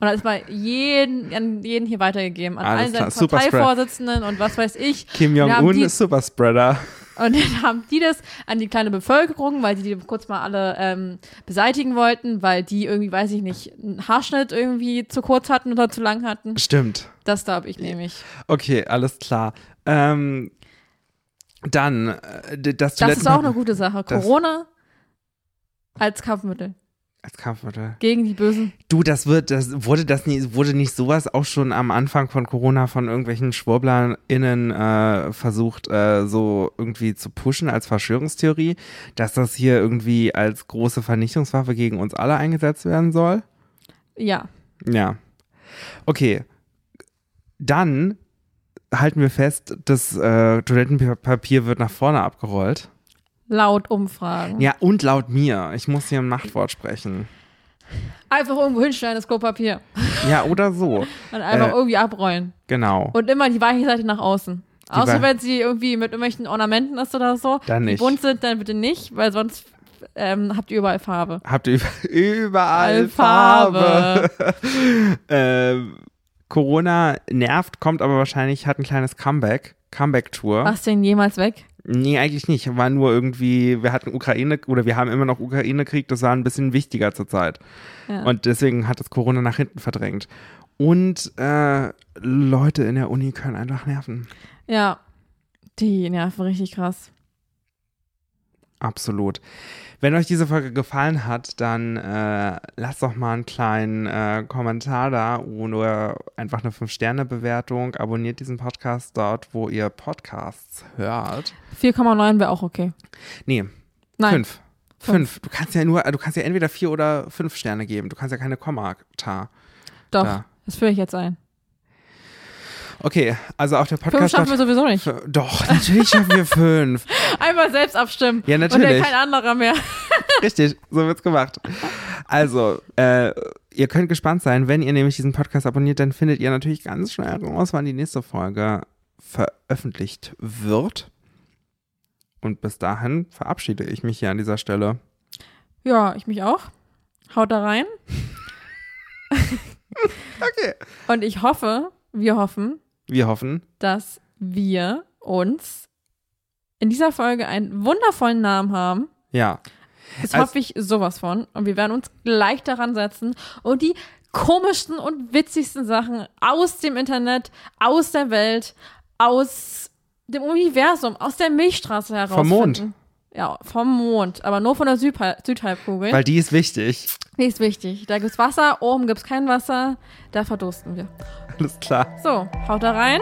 Und dann ist mal jeden, an jeden hier weitergegeben, an Alles allen seinen klar, Superspread. Parteivorsitzenden und was weiß ich. Kim Und dann haben Jong-un die- ist Superspreader. Und dann haben die das an die kleine Bevölkerung, weil die die kurz mal alle ähm, beseitigen wollten, weil die irgendwie, weiß ich nicht, einen Haarschnitt irgendwie zu kurz hatten oder zu lang hatten. Stimmt. Das glaube ich nämlich. Okay, alles klar. Ähm, dann, äh, d- das Das ist auch eine Toilettenpapier. gute Sache. Das- Corona als Kampfmittel Als Kampfmittel. gegen die Bösen. Du, das wird, das wurde das nie, wurde nicht sowas auch schon am Anfang von Corona von irgendwelchen SchwurblerInnen äh, versucht, äh, so irgendwie zu pushen als Verschwörungstheorie, dass das hier irgendwie als große Vernichtungswaffe gegen uns alle eingesetzt werden soll? Ja. Ja. Okay. Dann halten wir fest, das äh, Toilettenpapier wird nach vorne abgerollt. Laut Umfragen. Ja, und laut mir. Ich muss hier ein Machtwort sprechen. Einfach irgendwo hinstellen, das Klopapier. Ja, oder so. Und einfach Äh. irgendwie abrollen. Genau. Und immer die weiche Seite nach außen. Außer wei- wenn sie irgendwie mit irgendwelchen Ornamenten ist oder so. Dann die nicht. bunt sind, dann bitte nicht, weil sonst ähm, habt ihr überall Farbe. Habt ihr über- überall Farbe. Ähm, Corona nervt, kommt aber wahrscheinlich, hat ein kleines Comeback. Comeback-Tour. Machst du den jemals weg? Nee, eigentlich nicht. War nur irgendwie, wir hatten Ukraine oder wir haben immer noch Ukraine-Krieg, das war ein bisschen wichtiger zur Zeit. Ja. Und deswegen hat das Corona nach hinten verdrängt. Und äh, Leute in der Uni können einfach nerven. Ja. Die nerven richtig krass. Absolut. Wenn euch diese Folge gefallen hat, dann äh, lasst doch mal einen kleinen äh, Kommentar da oder einfach eine 5-Sterne-Bewertung. Abonniert diesen Podcast dort, wo ihr Podcasts hört. 4,9 wäre auch okay. Nee, Nein. fünf. Fünf. Du kannst ja nur, äh, du kannst ja entweder vier oder fünf Sterne geben. Du kannst ja keine Kommentar. Doch. Da. Das führe ich jetzt ein. Okay, also auf der Fünf Podcast. schaffen wir sowieso nicht. F- Doch, natürlich schaffen wir fünf. Einmal selbst abstimmen. Ja, Und dann natürlich. kein anderer mehr. Richtig, so wird's gemacht. Also, äh, ihr könnt gespannt sein, wenn ihr nämlich diesen Podcast abonniert, dann findet ihr natürlich ganz schnell raus, wann die nächste Folge veröffentlicht wird. Und bis dahin verabschiede ich mich hier an dieser Stelle. Ja, ich mich auch. Haut da rein. Okay. Und ich hoffe, wir hoffen, Wir hoffen, dass wir uns in dieser Folge einen wundervollen Namen haben. ja, Das Als- hoffe ich sowas von. Und wir werden uns gleich daran setzen und die komischsten und witzigsten Sachen aus dem Internet, aus der Welt, aus dem Universum, aus der Milchstraße heraus. Mond. Ja, vom Mond, aber nur von der Südhal Südhalbkugel. weil die ist wichtig. nee, ist wichtig. Da gibt's Wasser, oben gibt's kein Wasser, da verdursten wir. Alles klar. So, haut da rein.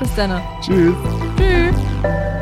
Bis dann. Tschüss. Tschüss.